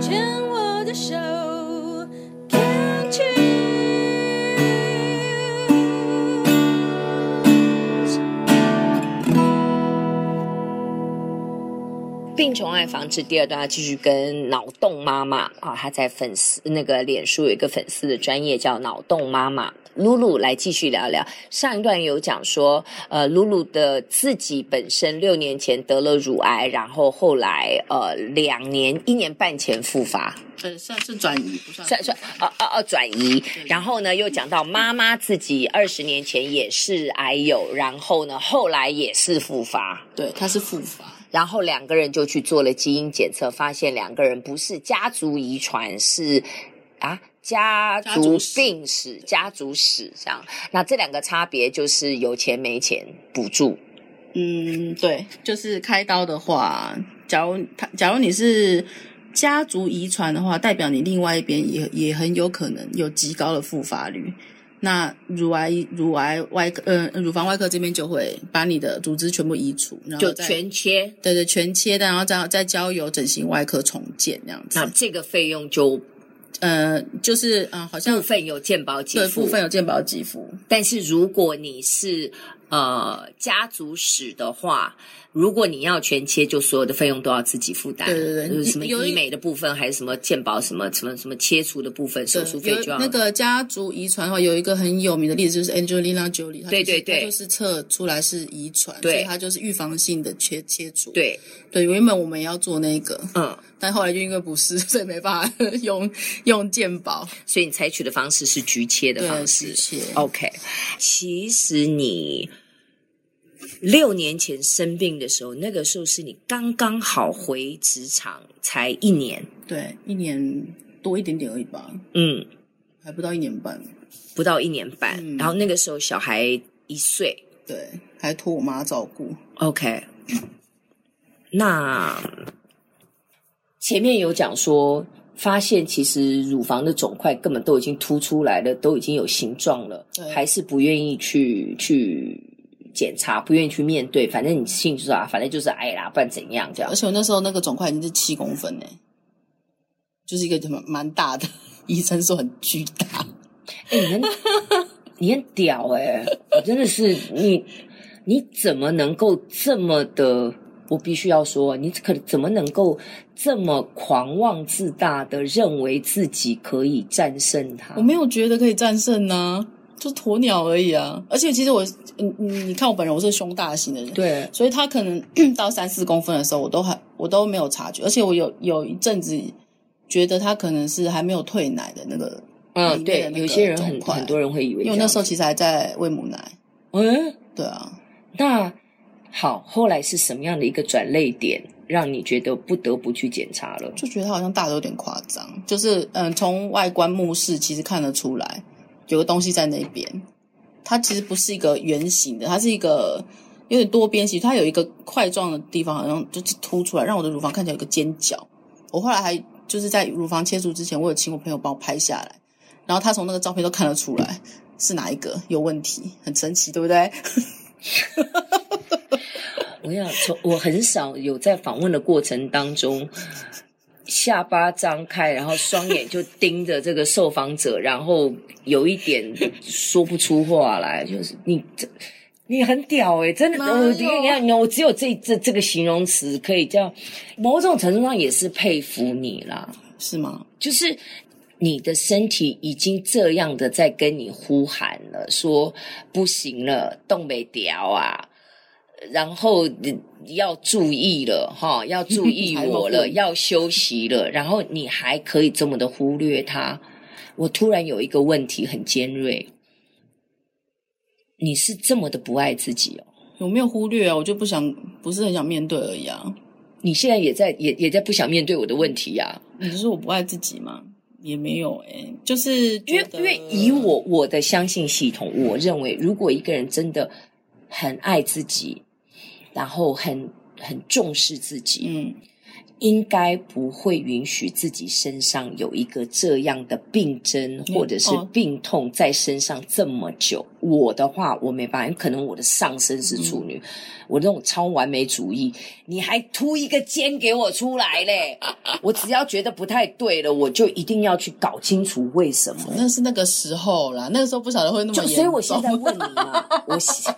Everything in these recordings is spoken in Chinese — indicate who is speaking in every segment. Speaker 1: 牵我的手，Can't you？
Speaker 2: 病虫害防治第二段要继续跟脑洞妈妈啊，她在粉丝那个脸书有一个粉丝的专业叫脑洞妈妈露露来继续聊聊。上一段有讲说，呃，露露的自己本身六年前得了乳癌，然后后来呃两年一年半前复发，
Speaker 3: 呃，算是转移，不算
Speaker 2: 算算哦哦哦转移
Speaker 3: 对，
Speaker 2: 然后呢又讲到妈妈自己二十年前也是癌友，然后呢后来也是复发，
Speaker 3: 对，它是复发，
Speaker 2: 然后两个人就去做了基因检测，发现两个人不是家族遗传，是啊家
Speaker 3: 家
Speaker 2: 族
Speaker 3: 族史
Speaker 2: 病史、家族史这样。那这两个差别就是有钱没钱补助，
Speaker 3: 嗯，对，就是开刀的话，假如他假如你是家族遗传的话，代表你另外一边也也很有可能有极高的复发率。那乳癌乳癌外科呃乳房外科这边就会把你的组织全部移除，然后
Speaker 2: 就
Speaker 3: 再
Speaker 2: 全切。
Speaker 3: 嗯对对全切的，然后再再交由整形外科重建那样子
Speaker 2: 那。这个费用就
Speaker 3: 呃，就是嗯、呃好
Speaker 2: 部
Speaker 3: 像
Speaker 2: 分有健保给
Speaker 3: 对
Speaker 2: 付，
Speaker 3: 部分有健保给付，
Speaker 2: 但是如果你是呃家族史的话，如果你要全切，就所有的费用都要自己负担。
Speaker 3: 对对对
Speaker 2: 就是什么
Speaker 3: 有一
Speaker 2: 医美的部分，还是什么健保什么什么什么切除的部分，手
Speaker 3: 对
Speaker 2: 术费
Speaker 3: 嗯有
Speaker 2: 就要
Speaker 3: 那个家族遗传的话，有一个很有名的例子就是 Angelina Jolie，她
Speaker 2: 对
Speaker 3: 就是
Speaker 2: 对对
Speaker 3: 她就是测出来是遗传，
Speaker 2: 对
Speaker 3: 所以她就是预防性的切切除。
Speaker 2: 对，
Speaker 3: 对，原本我们也要做那个，
Speaker 2: 嗯，
Speaker 3: 但后来就因为不是，所以没办法 用用健保
Speaker 2: 所以你采取的方式是局切的
Speaker 3: 对
Speaker 2: 方
Speaker 3: 去
Speaker 2: 式。哦
Speaker 3: 切。
Speaker 2: OK，其实你六年前生病的时候，那个时候是你刚刚好回职场才一年，
Speaker 3: 对，一年多一点点而已吧，
Speaker 2: 嗯，
Speaker 3: 还不到一年半。
Speaker 2: 不到一年半。
Speaker 3: 嗯
Speaker 2: 然后那个时候小孩一岁，
Speaker 3: 对，还托我妈照顾。
Speaker 2: OK，那前面有讲说，发现其实乳房的肿块根本都已经凸出来了，都已经有形状了
Speaker 3: 对，
Speaker 2: 还是不愿意去去检查，不愿意去面对。反正你兴趣啊，反正就是哎啦，不然怎样这样
Speaker 3: 而？且我那时候那个肿块已经是七公分呢、就是一个蛮蛮大的， 医生说很巨大。
Speaker 2: 哎、你很你很屌哎、我真的是你，你怎么能够这么的？我必须要说，你可怎么能够这么狂妄自大的认为自己可以战胜它
Speaker 3: 我？没有觉得可以战胜呢、就鸵鸟而已啊。而且其实我，嗯嗯，你看我本人，我是胸大型的人，，
Speaker 2: 对，
Speaker 3: 所以他可能 到三四公分的时候，我都还我都没有察觉，而且我有有一阵子觉得他可能是还没有退奶的那个，
Speaker 2: 嗯，
Speaker 3: 里面
Speaker 2: 对
Speaker 3: 的，那
Speaker 2: 有
Speaker 3: 个
Speaker 2: 些人很
Speaker 3: 肿块
Speaker 2: 很多人会以为这样，
Speaker 3: 因为我那时候其实还在喂母奶，
Speaker 2: 嗯，
Speaker 3: 对啊，
Speaker 2: 那好，后来是什么样的一个转泪点，让你觉得不得不去检查了？
Speaker 3: 就觉得他好像大的有点夸张，就是嗯，从外观目视其实看得出来有个东西在那边，它其实不是一个圆形的，它是一个有点多边形，它有一个块状的地方，好像就是凸出来，让我的乳房看起来有个尖角。我后来还就是在乳房切除之前，我有请我朋友帮我拍下来，然后他从那个照片都看得出来是哪一个有问题，很神奇，对不对？
Speaker 2: 我想从我很少有在访问的过程当中，下巴张开，然后双眼就盯着这个受访者，然后有一点说不出话来，就是你这。你很屌诶、真的，
Speaker 3: 哪有
Speaker 2: 我跟你看，我只有这这这个形容词可以叫，某种程度上也是佩服你啦。
Speaker 3: 是吗？
Speaker 2: 就是你的身体已经这样的在跟你呼喊了，说不行了，动没掉啊，然后你要注意了哈，要注意
Speaker 3: 还
Speaker 2: 我
Speaker 3: 模
Speaker 2: 了，
Speaker 3: 糊
Speaker 2: 要休息了，然后你还可以这么的忽略它。我突然有一个问题很尖锐，你是这么的不爱自己哦？
Speaker 3: 有没有忽略啊？我就不想，不是很想面对而已啊。
Speaker 2: 你现在也在也也在不想面对我的问题啊呀、
Speaker 3: 你是说我不爱自己吗？也没有哎、就是
Speaker 2: 因
Speaker 3: 觉
Speaker 2: 为
Speaker 3: 得
Speaker 2: 因为以我我的相信系统，我认为如果一个人真的很爱自己，然后很很重视自己，
Speaker 3: 嗯
Speaker 2: 应该不会允许自己身上有一个这样的病症
Speaker 3: 嗯
Speaker 2: 或者是
Speaker 3: 哦
Speaker 2: 病痛在身上这么久。我的话，我没办法，因为可能我的上身是处女，
Speaker 3: 嗯
Speaker 2: 我这种超完美主义，你还凸一个肩给我出来嘞！我只要觉得不太对了，我就一定要去搞清楚为什么。
Speaker 3: 那是那个时候啦，那个时候不晓得会那么
Speaker 2: 就
Speaker 3: 严重。
Speaker 2: 所以，我现在问你嘛，我现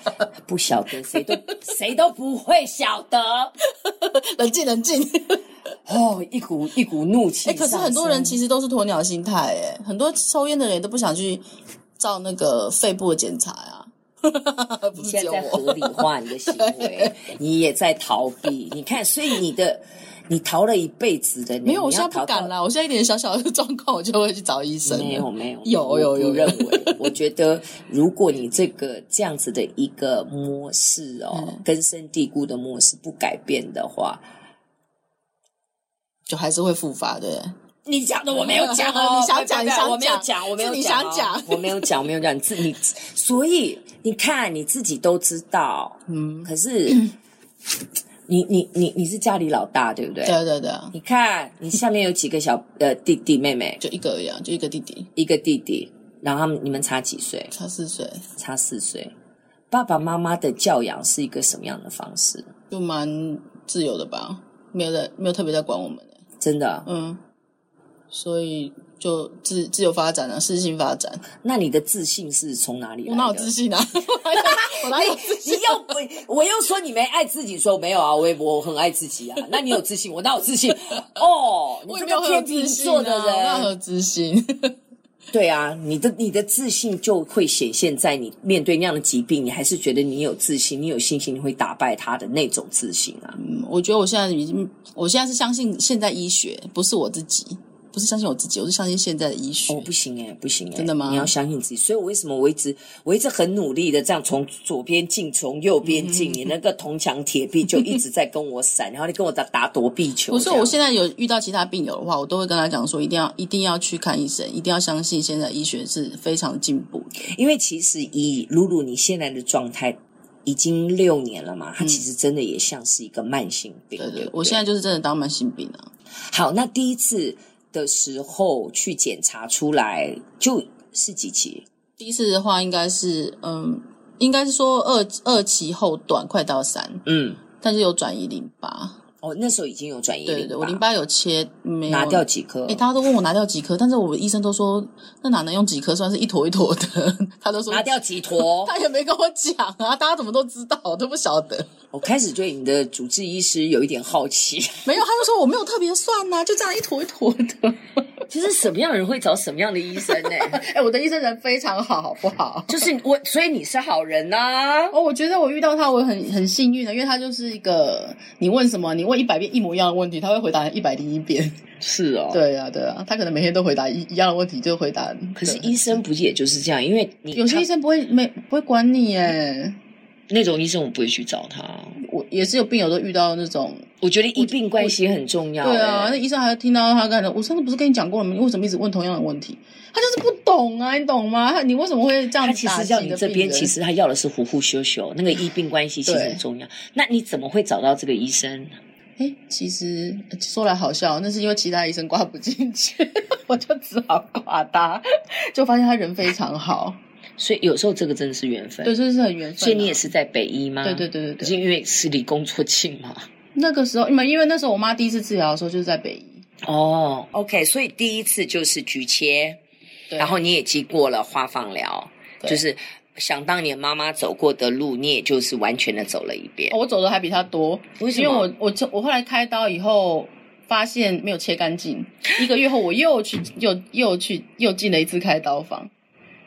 Speaker 2: 不晓得，谁 都谁都不会晓得
Speaker 3: 冷静冷静。
Speaker 2: 哦，一股一股怒气
Speaker 3: 哎、
Speaker 2: 上升。
Speaker 3: 可是很多人其实都是鸵鸟心态，哎，很多抽烟的人也都不想去照那个肺部的检查啊。 不
Speaker 2: 你
Speaker 3: 是
Speaker 2: 现
Speaker 3: 只有
Speaker 2: 在在
Speaker 3: 我，
Speaker 2: 合理化你的行 为，你也在逃避。你看，所以你的你逃了一辈子的，你
Speaker 3: 没有，我
Speaker 2: 你
Speaker 3: 现
Speaker 2: 要
Speaker 3: 在不
Speaker 2: 逃到
Speaker 3: 敢啦。我现在一点小小的状况，我就会去找医生了。
Speaker 2: 没有没有
Speaker 3: 有
Speaker 2: 我
Speaker 3: 有
Speaker 2: 不
Speaker 3: 有
Speaker 2: 认为，我觉得如果你这个这样子的一个模式哦，
Speaker 3: 嗯
Speaker 2: 根深蒂固的模式不改变的话，
Speaker 3: 就还是会复发，欸对不对。
Speaker 2: 你讲的我没有讲 哦，
Speaker 3: 你想
Speaker 2: 对不对
Speaker 3: 讲你想
Speaker 2: 我没有
Speaker 3: 讲
Speaker 2: 讲，我没有
Speaker 3: 是
Speaker 2: 讲哦，
Speaker 3: 你想讲
Speaker 2: 我没有讲，我没有讲，你自己，所以你看你自己都知道，
Speaker 3: 嗯，
Speaker 2: 可 是你你你你是家里老大对不对？
Speaker 3: 对啊对啊对啊，
Speaker 2: 你看你下面有几个小呃弟弟妹妹，
Speaker 3: 就一个而已啊，就一个弟弟，
Speaker 2: 一个弟弟，然后他们你们差几岁？
Speaker 3: 他四岁，
Speaker 2: 差四岁。爸爸妈妈的教养是一个什么样的方式？
Speaker 3: 就蛮自由的吧，没有在没有特别在管我们的，
Speaker 2: 真的？
Speaker 3: 嗯，所以就自自由发展啊，适性发展。
Speaker 2: 那你的自信是从哪里来
Speaker 3: 我
Speaker 2: 的？
Speaker 3: 哪有自信啊？ 我哪有自
Speaker 2: 你
Speaker 3: 信？
Speaker 2: 又不，我又说你没爱自己，说没有啊，我也我很爱自 己啊。那你有自信，我哪有自信？哦，你
Speaker 3: 我也
Speaker 2: 这
Speaker 3: 没有
Speaker 2: 个
Speaker 3: 很有
Speaker 2: 天秤
Speaker 3: 自信
Speaker 2: 座
Speaker 3: 啊，
Speaker 2: 的
Speaker 3: 我哪有
Speaker 2: 人，
Speaker 3: 很自信？
Speaker 2: 对啊，你的你的自信就会显现在你面对那样的疾病，你还是觉得你有自信，你有信心你会打败他的那种自信啊。
Speaker 3: 嗯我觉得我现在已经，我现在是相信现代医学，不是我自己，不是相信我自己，我是相信现在的医学。
Speaker 2: 哦，不行哎、不行哎、
Speaker 3: 真的吗
Speaker 2: 你要相信自己。所以，我为什么我一直我一直很努力的这样从左边进，从右边
Speaker 3: 嗯
Speaker 2: 进，你那个铜墙铁壁就一直在跟我闪，然后你跟我打打躲避球
Speaker 3: 不
Speaker 2: 这
Speaker 3: 是，
Speaker 2: 样。
Speaker 3: 我现在有遇到其他病友的话，我都会跟他讲说，一定要一定要去看医生，一定要相信现在医学是非常进步的。
Speaker 2: 因为其实以露露你现在的状态。已经六年了嘛，它其实真的也像是一个慢性病。
Speaker 3: 对
Speaker 2: 嗯对
Speaker 3: 对
Speaker 2: 不，对，
Speaker 3: 我现在就是真的当慢性病啊。
Speaker 2: 好，那第一次的时候去检查出来就是几期？
Speaker 3: 第一次的话，应该是嗯，应该是说二二期后段快到三，
Speaker 2: 嗯，
Speaker 3: 但是有转移淋巴。
Speaker 2: 哦，那时候已经有转移
Speaker 3: 对对
Speaker 2: 淋
Speaker 3: 对，
Speaker 2: 巴，
Speaker 3: 我淋巴有切，没有
Speaker 2: 拿掉几颗？
Speaker 3: 哎、大家都问我拿掉几颗，但是我医生都说，那哪能用几颗，算是一坨一坨的。 他都说
Speaker 2: 拿，掉几坨？
Speaker 3: 他也没跟我讲啊，大家怎么都知道，我都不晓得。
Speaker 2: 我开始对你的主治医师有一点好奇，
Speaker 3: 没有，他就说我没有特别算呐、就这样一坨一坨的。
Speaker 2: 就是什么样的人会找什么样的医生呢、
Speaker 3: 哎、我的医生人非常好，好不好？
Speaker 2: 就是我，所以你是好人啊呐、
Speaker 3: 哦，我觉得我遇到他，我很很幸运的，因为他就是一个你问什么，你问一百遍一模一样的问题，他会回答一百零一遍。
Speaker 2: 是哦，。
Speaker 3: 对啊，对啊，他可能每天都回答一一样的问题，就回答。
Speaker 2: 可是
Speaker 3: 对
Speaker 2: 医生不是也就是这样？因为你
Speaker 3: 有些医
Speaker 2: 他
Speaker 3: 生不会没不会管你耶，
Speaker 2: 那种医生，我不会去找他。
Speaker 3: 我也是有病友都遇到那种
Speaker 2: 我觉得医病关系很重要、
Speaker 3: 对啊，
Speaker 2: 哎
Speaker 3: 那医生还听到他跟他讲，我上次不是跟你讲过了吗？你为什么一直问同样的问题？他就是不懂啊，你懂吗？他你为什么会这
Speaker 2: 他
Speaker 3: 样打
Speaker 2: 其
Speaker 3: 击
Speaker 2: 实
Speaker 3: 你
Speaker 2: 要
Speaker 3: 的
Speaker 2: 你
Speaker 3: 病人？
Speaker 2: 这边，其实他要的是虎虎修修，那个医病关系其实很重要。那你怎么会找到这个医生？
Speaker 3: 哎、其实呃说来好笑，那是因为其他医生挂不进去， 我就只好挂他，就发现他人非常好，
Speaker 2: 所以有时候这个真的是缘分。
Speaker 3: 对，，这是很缘分啊、
Speaker 2: 所以你也是啊在北医吗？
Speaker 3: 对对对对
Speaker 2: 可是
Speaker 3: 对，
Speaker 2: 因为是离工作近嘛。
Speaker 3: 那个时候因为因为那时候我妈第一次治疗的时候就是在北医，
Speaker 2: 哦，OK，所以第一次就是局切，
Speaker 3: 对
Speaker 2: 然后你也经过了花放疗，
Speaker 3: 对
Speaker 2: 就是想当年妈妈走过的路，你也就是完全的走了一遍。
Speaker 3: 哦我走的还比他多，
Speaker 2: 为什
Speaker 3: 因为
Speaker 2: 么？
Speaker 3: 我我这我后来开刀以后，发现没有切干净，一个月后我又去又又去又进了一次开刀房。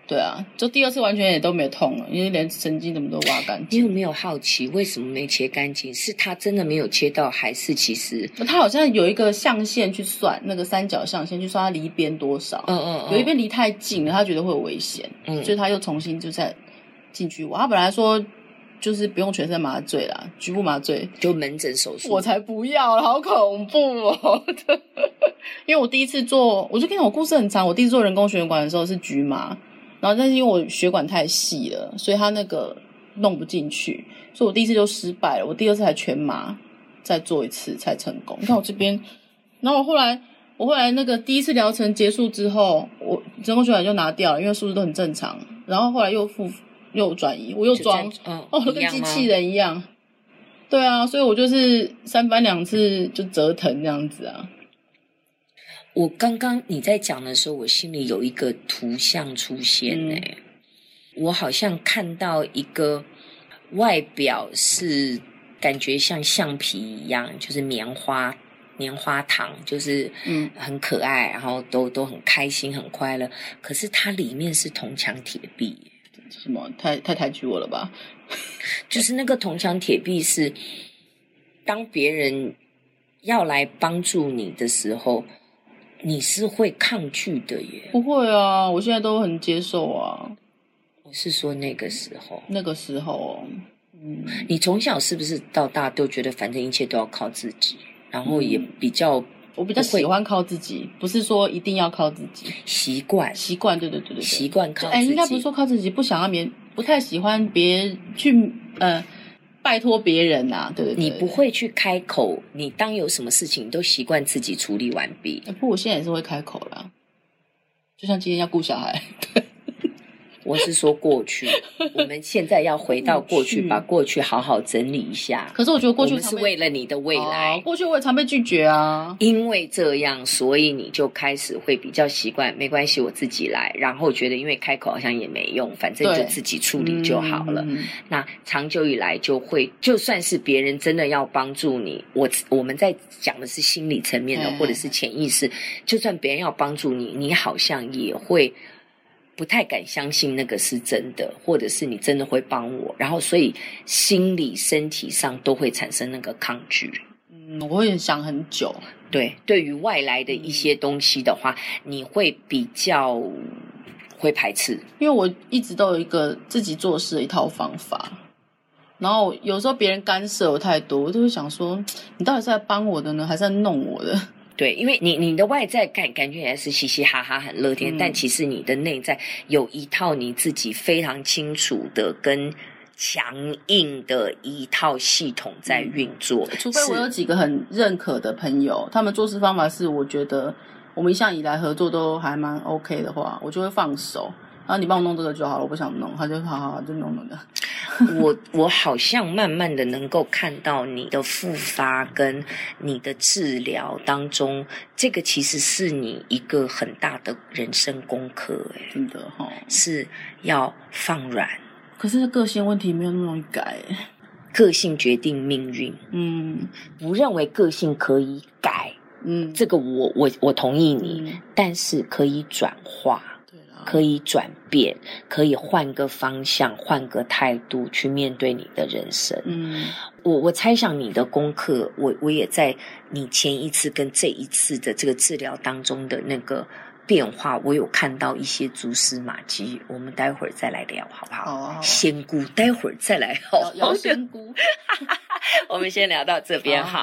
Speaker 3: 对啊，就第二次完全也都没有痛了，因为连神经什么都挖干
Speaker 2: 你
Speaker 3: 净。
Speaker 2: 有没有好奇为什么没切干净？是他真的没有切到，还是其实？
Speaker 3: 它好像有一个象限去算那个三角象限，去算它离边多少。
Speaker 2: 嗯嗯，嗯
Speaker 3: 有一边离太近了，他觉得会有危险，
Speaker 2: 嗯
Speaker 3: 所以他又重新就再进去挖。他本来说就是不用全身麻醉啦，局部麻醉，
Speaker 2: 就门诊手术，
Speaker 3: 我才不要，好恐怖哦！ 因为我第一次做，我就跟你讲，我故事很长。我第一次做人工血管的时候是局麻，然后但是因为我血管太细了，所以它那个弄不进去，所以我第一次就失败了。我第二次还全麻，再做一次才成功。你看我这边，然后我后来。我后来那个第一次疗程结束之后，我人工血管就拿掉了，因为数字都很正常。然后后来又复又转移，我又装，
Speaker 2: 嗯，
Speaker 3: 哦，我
Speaker 2: 一
Speaker 3: 跟
Speaker 2: 样
Speaker 3: 机
Speaker 2: 吗
Speaker 3: 器人一样。对啊，所以我就是三番两次就折腾这样子啊。
Speaker 2: 我刚刚你在讲的时候，我心里有一个图像出现
Speaker 3: 嗯
Speaker 2: 呢、我好像看到一个外表是感觉像橡皮一样，就是棉花棉花糖，就是
Speaker 3: 嗯
Speaker 2: 很可爱，然后都都很开心很快乐，可是它里面是铜墙铁壁。
Speaker 3: 什么？太太抬举我了吧？
Speaker 2: 就是那个铜墙铁壁是，当别人要来帮助你的时候，你是会抗拒的耶。
Speaker 3: 不会啊，我现在都很接受啊。
Speaker 2: 我是说那个时候，
Speaker 3: 那个时候哦，嗯，
Speaker 2: 你从小是不是到大都觉得反正一切都要靠自己，然后
Speaker 3: 嗯
Speaker 2: 也比较
Speaker 3: 我比较
Speaker 2: 不会
Speaker 3: 喜欢靠自己，不是说一定要靠自己，
Speaker 2: 习惯
Speaker 3: 习惯，对对对对对，
Speaker 2: 习惯靠
Speaker 3: 哎，
Speaker 2: 自
Speaker 3: 应该不
Speaker 2: 己
Speaker 3: 是说靠自己，不想要别人，不太喜欢别人去呃拜托别人呐、啊，对对对
Speaker 2: 你不，会去开口，你当有什么事情你都习惯自己处理完毕。
Speaker 3: 对哎不，我现在也是会开口啦，就像今天要顾小孩，
Speaker 2: 我是说过去，我们现在要回到过 去，
Speaker 3: 过去
Speaker 2: 把过去好好整理一下。
Speaker 3: 可是我觉得过
Speaker 2: 我
Speaker 3: 去
Speaker 2: 们
Speaker 3: 常
Speaker 2: 是
Speaker 3: 被
Speaker 2: 为了你的未来
Speaker 3: 哦，过去我也常被拒绝啊，
Speaker 2: 因为这样，所以你就开始会比较习惯，没关系，我自己来。然后觉得因为开口好像也没用，反正就
Speaker 3: 对
Speaker 2: 自己处理就好了。
Speaker 3: 嗯
Speaker 2: 那长久以来就会，就算是别人真的要帮助你，我我们在讲的是心理层面的，
Speaker 3: 嗯
Speaker 2: 或者是潜意识，就算别人要帮助你，你好像也会。不太敢相信那个是真的，或者是你真的会帮我，然后所以心理、身体上都会产生那个抗拒。
Speaker 3: 嗯，我会想很久，
Speaker 2: 对，对于外来的一些东西的话，你会比较会排斥。
Speaker 3: 因为我一直都有一个自己做事的一套方法，然后有时候别人干涉我太多，我就会想说，你到底是在帮我的呢，还是在弄我的？
Speaker 2: 对，因为你你的外在感感觉起来是嘻嘻哈哈很乐天，
Speaker 3: 嗯
Speaker 2: 但其实你的内在有一套你自己非常清楚的跟强硬的一套系统在运作。
Speaker 3: 除非我有
Speaker 2: 是
Speaker 3: 几个很认可的朋友，他们做事方法是我觉得我们一向以来合作都还蛮 OK 的话，我就会放手。然后你帮我弄这个就好了，我不想弄，他就好好好就弄弄的。
Speaker 2: 我我好像慢慢的能够看到你的复发跟你的治疗当中，这个其实是你一个很大的人生功课、欸，
Speaker 3: 真的哈、
Speaker 2: 是要放软，
Speaker 3: 可是个性问题没有那么容易改。
Speaker 2: 个性决定命运。
Speaker 3: 嗯
Speaker 2: 不认为个性可以改，
Speaker 3: 嗯，
Speaker 2: 这个我我我同意你，
Speaker 3: 嗯
Speaker 2: 但是可以转化，
Speaker 3: 对啊啦，
Speaker 2: 可以转变，可以换个方向，换个态度去面对你的人生。
Speaker 3: 嗯
Speaker 2: 我我猜想你的功课，我我也在你前一次跟这一次的这个治疗当中的那个变化，我有看到一些蛛丝马迹。我们待会儿再来聊，好不好？
Speaker 3: 好啊好啊
Speaker 2: 仙姑，待会儿再来好好
Speaker 3: 摇摇
Speaker 2: 的。
Speaker 3: 仙姑。
Speaker 2: 我们先聊到这边
Speaker 3: 好
Speaker 2: 哈。